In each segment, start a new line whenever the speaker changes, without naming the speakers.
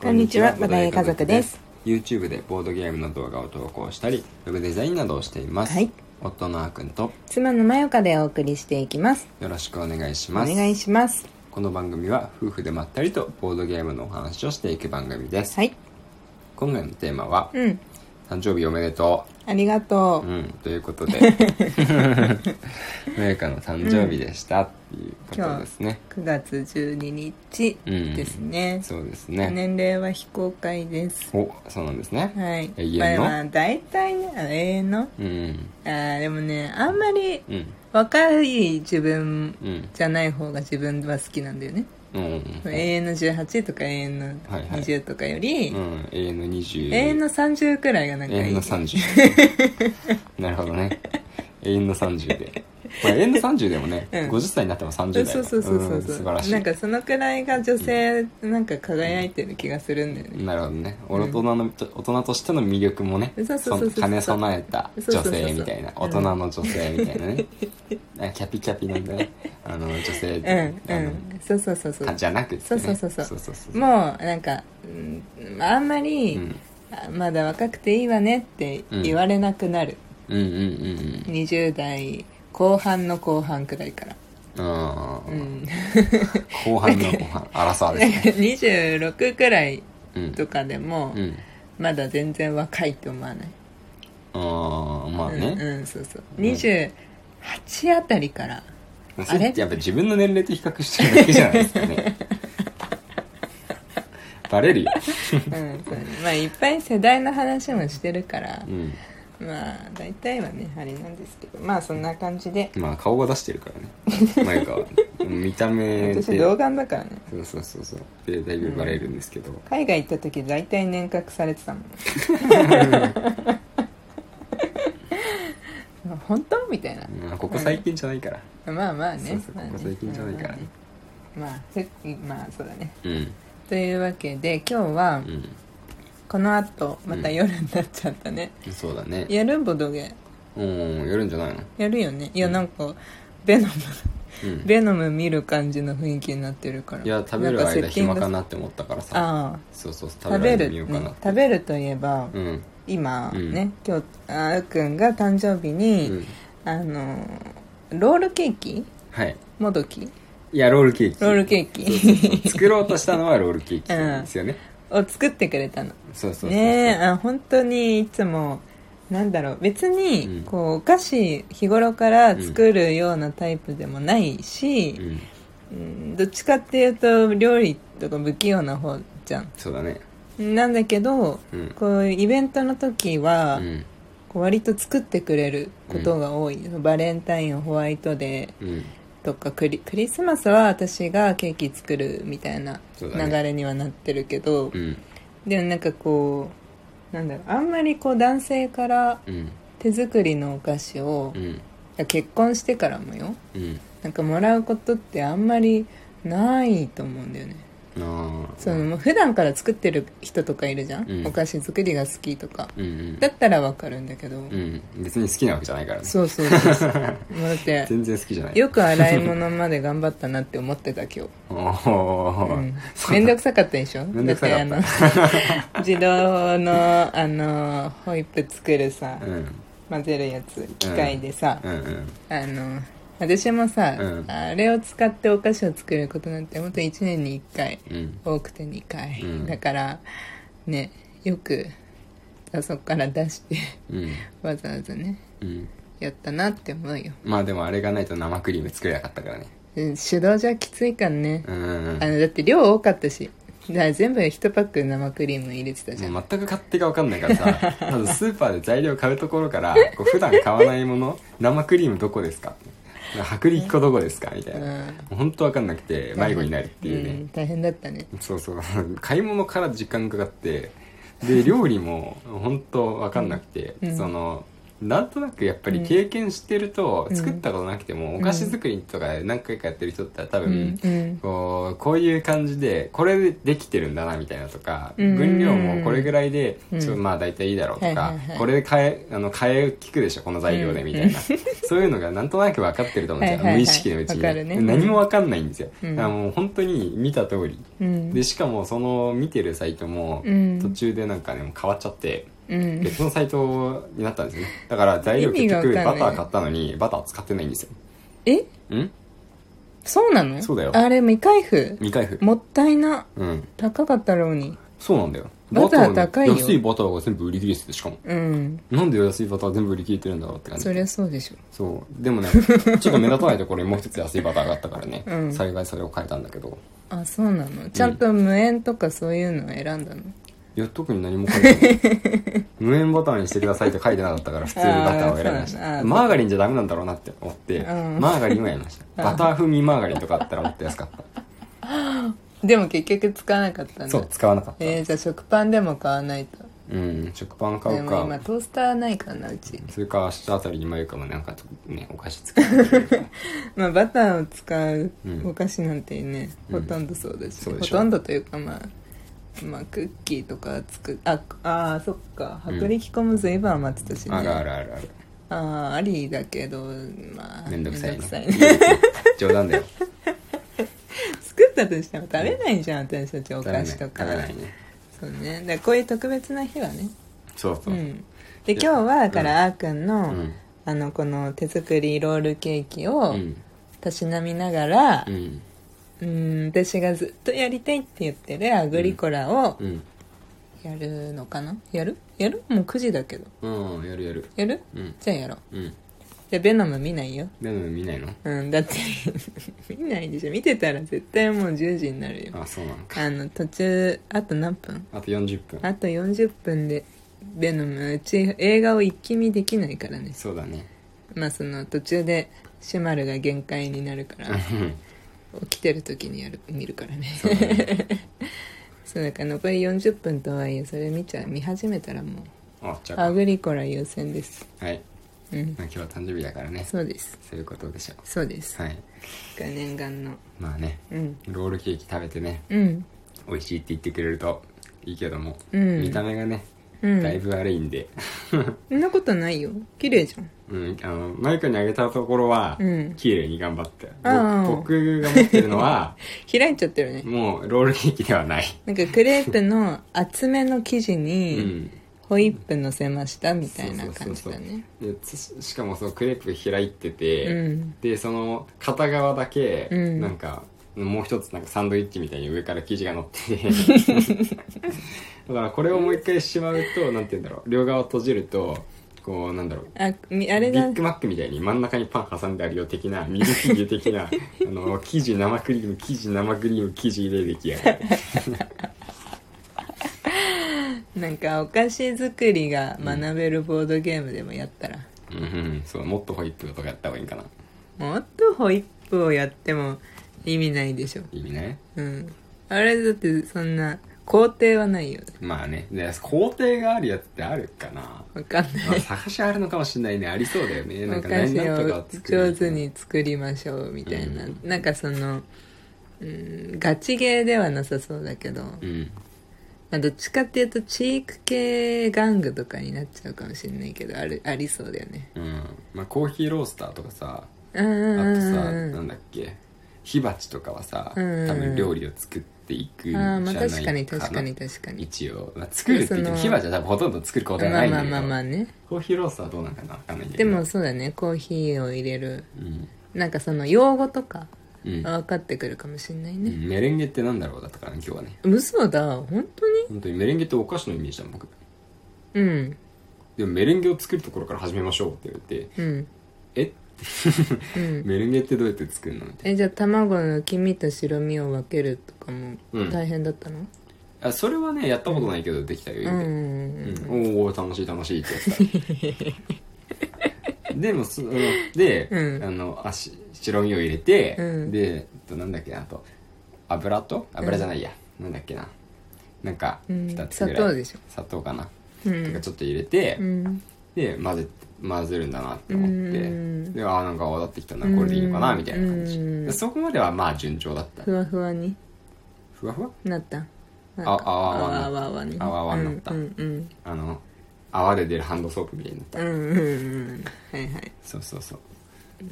こんにちはボードゲー家族です
YouTube でボードゲームの動画を投稿したりウェブデザインなどをしています、
はい
夫のあーくんと
妻のまよかでお送りしていきます
よろしくお願いし
お
ます
願いします
この番組は夫婦でまったりとボードゲームのお話をしていく番組です、
はい
今回のテーマは
うん
「誕生日おめでと
ありがと
う」
う、
うん、ということ でメーカの誕生日でしたっていうことですね、
9月12日ですね、
そうですね
年齢は非公開です
おそうなんですね、
はい
永遠の
まあまあ大体ねあ永遠の
うん
あーでもねあんまり
うん
若い自分
うん
じゃない方が自分は好きなんだよ
う
ね、
んうん
永遠の18とか永遠の
はいはい
20とかより、
うん永遠の20
永遠の30くらいがなんかいい
永遠の30なるほどね永遠の30でこれ永遠の30でもね、
うん
50歳になっても30代
そうそうそうそうそ
ん
う
素晴らしい
なんかそのくらいが女性なんか輝いてる気がするんだよね、
なるほどね俺大人の、大人としての魅力もね
そうそうそうそう
そ兼ね備えた
そう
女
そうそうそう
性みたいな大人の女性みたいな ね、あキャピキャピなんだねあの女性、
うんう
あ
んそうそうそうそう
のじゃなくて、ね、
そうそうそうそう
そうそうそう
もうなんか、うん、あんまり、
うん
あまだ若くていいわねって言われなくなる、
うんうんうん
20代後半の後半くらいから、
うん、う、
うんん、
後半の後 半アラサーですね
26くらい
うん
とかでも、
うん
まだ全然若いと思わない、
ああまあね、
うん、うん、そうそう28あたりから
それ
あれ
ってやっぱ自分の年齢と比較してるだけじゃないですか ねバレるよ、
うんそうねまあいっぱい世代の話もしてるから
う、ん、
まあ大体はねあれなんですけどまあそんな感じで
まあ顔が出してるからね前が見た目で
私童顔だからね
そうそうそうそうでだいぶバレるんですけど、
海外行った時大体年賀来されて たもんまあ本当みたいな
まあ、ここ最近じゃないから、
まあまあね
そうそう
まあね
ここ最近じゃないからね
まあまあねまあせまあそうだね
うん
というわけで今日は
う
このあとまた夜になっちゃったね、
んそうだね
やるんボドゲ
うんやるんじゃないの
やるよねいやなんかベノム
うん
ベノム見る感じの雰囲気になってるから
いや食べる
ん
間
セッティン
暇
グ
かなって思ったからさ
ああ
そうそう
食
食べ
べ
る間に
る
見ようかな
ね食べるといえば、
うん
今
うん
ね今日あーくんが誕生日
う
に、
ん
あのーロールケーキ
はい
もどき
いやロールケーキ
ロールケー
そうそう
キ
そう作ろうとしたのはロールケーキなんですよね、
を作ってくれたの
そうそうそうそう
ねえあ本当にいつもなんだろう別
うん
にこうお菓子日頃から作るようなタイプでもないし
う、ん、
うんどっちかっていうと料理とか不器用な方じゃん
そうだね
なんだけど、
うん
こうイベントの時は、
うん
こう割と作ってくれることが多い、バレンタインホワイトデー
うん
とかクリクリスマスは私がケーキ作るみたいな
そう
流
だね
れにはなってるけど、
うん
でもなんかこうなんだろうあんまりこう男性から
うん
手作りのお菓子を
う、ん
結婚してからもよ
うん
なんかもらうことってあんまりないと思うんだよね
ああ
そのもう普段から作ってる人とかいるじゃん、
うん
お菓子作りが好きとか
うんうん
だったらわかるんだけど、
うん別に好きなわけじゃないからね
そうそうそう そうもうだって
全然好きじゃない
よく洗い物まで頑張ったなって思ってた 今日
おお、
うん
そ
めんどくさかったでしょ
めんどくさかった
だって あの自動のあのホイップ作るさ
うん
混ぜるやつ機械でさ、
うんうん
あの私もさ、
うん
あれを使ってお菓子を作ることなんて本当1年に1回
うん
多くて2回、
うん
だからねよくあそこから出して
うん
わざわざね
うん
やったなって思うよ
まあでもあれがないと生クリーム作れなかったからね
うん手動じゃきついからね、
うんうん
あのだって量多かったしだから全部1パック生クリーム入れてたじゃん、
もう全く買ってが分かんないからさまずスーパーで材料買うところからこう普段買わないもの生クリームどこですか薄力粉どこですかみたいな、
うん
もう本当分かんなくて迷子になるっていう
う
ね
ん、大変だったね
そうそう 買い物 から時間かかってで料理も本当分かんなくて、そのなんとなくやっぱり経験してると、
うん
作ったことなくてもお菓子作りとかで何回かやってる人って多分、
うんうん
こうこういう感じでこれでできてるんだなみたいなとか、
うん
分量もこれぐらいで、
うん
ちょまあ大体いいだろうとか、
はいはいはい
これで変えあの変え聞くでしょこの材料でみたいな、 そういうのがなんとなく分かってると思うんですよ、
はいはいはい
無意識のうちに、
わかるね
何も分かんないんですよ、
うん
だからもう本当に見た通り
うん
でしかもその見てるサイトも
うん
途中でなんかねもう変わっちゃって
うん
別のサイトになったんですよねだから材料結
意味がわ
局
かんない
バター買ったのにバター使ってないんですよ
え
ん
そうなの
そうだよ
あれ未開封
未開封
もったいな
うん
高かったろうに
そうなんだよ
バター
ね
高いよ
安いバターが全部売り切れててしかも
うん
なんで安いバター全部売り切れてるんだろうって感じ
そりゃそうでしょ
そうでもねちょっと目立たないところにもう一つ安いバターがあったからね、
うん
幸いそれを変えたんだけど
あそうなのちゃんと無塩とかそういうのを選んだの、
いや特に何も書いてない 無塩バターにしてくださいって書いてなかったから普通にバターを選びまし
あーそうなん
た
だ
マーガリンじゃダメなんだろうなって思って、
うん
マーガリンはやりましたバター風味マーガリンとかあったらもっと安かった
でも結局使わなかったんだ
そう使わなかった、
えー、じゃあ食パンでも買わないと
うん食パン買
で
う
も
か
今トースターないからなうち、
それか明日あたりにマユカもなんかねお菓子作ってくれる
まあ、バターを使う
うん
お菓子なんてね、
うん
ほとんどそうだし、
そうで
ほ
しょ
とんどというかまあまあ、クッキーとか作っああーそっか
うん
薄力粉も随分余ってたしね、
あるあるあるある
ああありだけどまあ
めんどくさい
め
ね
んどくさい
冗談だよ
作ったとしても食べないじゃん私たちお菓子とか
食べない食べないね
そうねでこういう特別な日はね
そうそうう、
んで今日はだからあーくん
う
の、
ん
あのこの手作りロールケーキを
うん
たしなみながら、
うん
うん私がずっとやりたいって言ってるアグリコラを
うん
やるのかなやるやるもう9時だけど
うん、やるやる
やる
うん
じゃあやろう
うん
じゃあベノム見ないよ
でも見ないの
うんだって 見ないでしょ見てたら絶対もう10時になるよ
あそうなのか
あの途中あと何分
あと40分
あと40分でベノムうち映画を一気見できないからね
そうだね
まあその途中でシュマルが限界になるから起きてる時にやる見るからね
そうだね
そうだから残り40分とはいえそれ見ちゃう見始めたらも
あじ
う
ゃ
アグリコラ優先です
あはい、
うん
まあ、今日は誕生日だからね
そうです
そういうことでしょ
そうです
うはい
が念願の
まあね
うん
ロールケーキ食べてね
うん
美味しいって言ってくれるといいけども、
うん
見た目がね
うん
だいぶ悪いんで、
そんなことないよ綺麗じゃん
うん、あのマイクにあげたところは、
うん
綺麗に頑張って
ああ
ぼ僕が持ってるのは
開いちゃってるね
もうロールケーキではない、
なんかクレープの厚めの生地
う
に
ん、
ホイップ乗せましたみたいな感じだ
そうそう
ね
そうでつしかもそのクレープ開いてて、
うん
でその片側だけ、
うん
なんかもう一つなんかサンドイッチみたいに上から生地が乗って てだからこれをもう一回しまうとなんて言うんだろう両側閉じるとこうなんだろう
あみあれ
ビ
だ
ッグマックみたいに真ん中にパン挟んであるよ的なミルフィーユ的 なあの生地生クリーム生地生クリーム生地で出来上がる
なんかお菓子作りが学べるボードゲームでもやったら、
うんうんそうもっとホイップとかやった方がいいかな
もっとホイップをやっても意味ないでしょ
意味ね
うん。あれだってそんな、工程はないよね。
まあねで工程があるやつってあるかな
わかんない。
まあ探しあるのかもしれないねありそうだよ ねなん
お
か
菓
何
子
なんとか
を
を作る
上手に作りましょうみたいな。
うん
なんかその、うん、ガチゲーではなさそうだけど、
うん
まあ、どっちかっていうとチーク系玩具とかになっちゃうかもしれないけど、ある、ありそうだよね。
うんまあコーヒーロースターとかさ
うんう
あ
ん
とさ
うん
な
うん
んだっけ火鉢とかはさ多
うんうんうん
分料理を作っていくんじゃ
ああ、ま
な
あ
いかな
確かに確かに確かに。
一応、まあ、作るって言っても
その
火鉢は多分ほとんど作ることは
ま
な
あ
いん
ま
だ
あ
けど、
まあまあね。
コーヒーロースターはどうなんかなわかんないんだけ
で
ど
もそうだね、コーヒーを入れる。
うん、
なんかその用語とか、
うん
分かってくるかもしれないうね。
んメレンゲってなんだろうだったからね今日はね
嘘だ本当に
本当にメレンゲってお菓子のイメージだもん僕
うん
でもメレンゲを作るところから始めましょうって言われて
うん
えって
うん
メレンゲってどうやって作るのみたい
えじゃあ卵の黄身と白身を分けるとかも
うん
大変だったの、
なあそれはねやったことないけどできたよ、
うん、うんうんうん
うん、おお楽しい楽しいってや ったでもそので、
うん
あのあし白身を入れて、
うん
でえっとなんだっけなあと油と油じゃないや、なんだっけななんか
うん
2つぐらい、
砂糖でしょ
砂糖かな、
う
とか
ん
ちょっと入れて、
うん
で混ぜ混ぜるんだなって思って
うん
でああんか泡立ってきたなこれでいいのかな
うん
みたいな感じ
うん
でそこまではまあ順調だった
ふわふわに
ふわふわ
なったなんか
あ泡泡に
泡泡泡に
泡泡になった
うんうん
あの泡で出るハンドソープみたいになった
うんうんうんうんはいはい
そうそうそう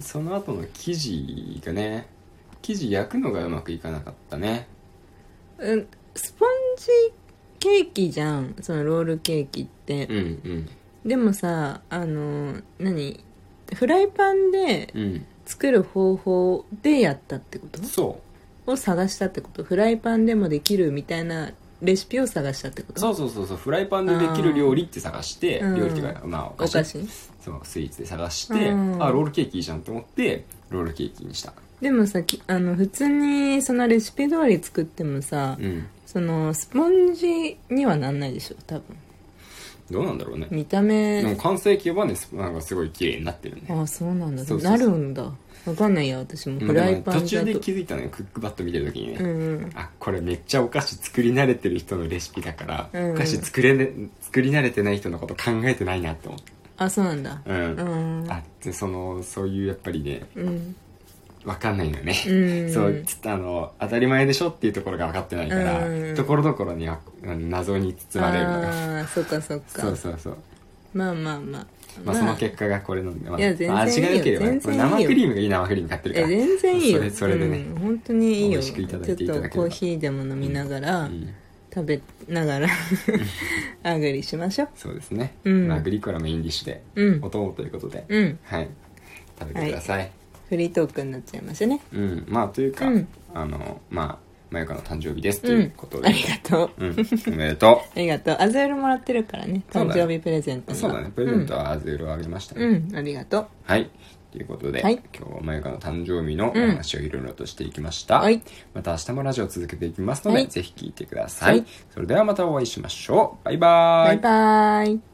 その後の生地がね生地焼くのがうまくいかなかったね
うんスポンジケーキじゃんそのロールケーキって
うんうん
でもさあの何フライパンで
うん
作る方法でやったってこと
そ
を探したってことフライパンでもできるみたいなレシピを探したってこ
う
と
そうそうそうそうフライパンでできる料理って探して
うん
料理っていうかまあお
お
菓子
菓子
そうスイーツで探して、
うん
あロールケーキいいじゃんと思ってロールケーキにした
でもさきあの普通にそのレシピ通り作ってもさ、
うん
そのスポンジにはなんないでしょ多分
どうなんだろうね
見た
でも
目
完成形はねすなんかすごい綺麗になってるね
ああそうなんだ
そうそうそう
なるんだわかんないや私も
うん
フライパンだと、
途中で気づいたのよクックパッド見てる時にね、
うん
あこれめっちゃお菓子作り慣れてる人のレシピだから、
うん
お菓子作れ、ね、作り慣れてない人のこと考えてないなって思って
あそうなんだ
うん、
うん
あでそのそういうやっぱりね
うん
分かんないのよね、
うん
そうつあの当たり前でしょっていうところが分かってないから、
うん
ところどころにああの謎に包まれるのよ
ああそっかそっか
そうそうそう
まあまあまあ
まあ、その結果がこれなんで、まあ、
いや全然いいよ
まあ味が良ければね
全然いいよ
まあ生クリームがいい生クリーム買ってるか
え
ら
全然いいよ
それそれでね
うん、本当にいい
美
よ
味しくいただいていただければ
ちょっとコーヒーでも飲みながら、
うん
食べながらあぐりしましょう
そうですね、
うん
まあ、グリコラメインディッシュで、
うん
お供ということで、
うん
はい食べてください、
フリートークになっちゃいましたね
うんまあというか、
うん
あのまあまゆかの誕生日ですと
う
いうんこと
あ
で
り、がとう
うんおめでと
ありがとうアズールもらってるからね
そう
誕
だね
生日プレゼン ト
う
の
そうだねプレゼントはアズールをあげましたね、
うん、うんありがとう
はいということで、
はい
今日はまゆかの誕生日のお話をいろいろとしていきました、
はい
また明日もラジオを続けていきますので、
はい
ぜひ聞いてください、
はい
それではまたお会いしましょうバイバー
バイバイ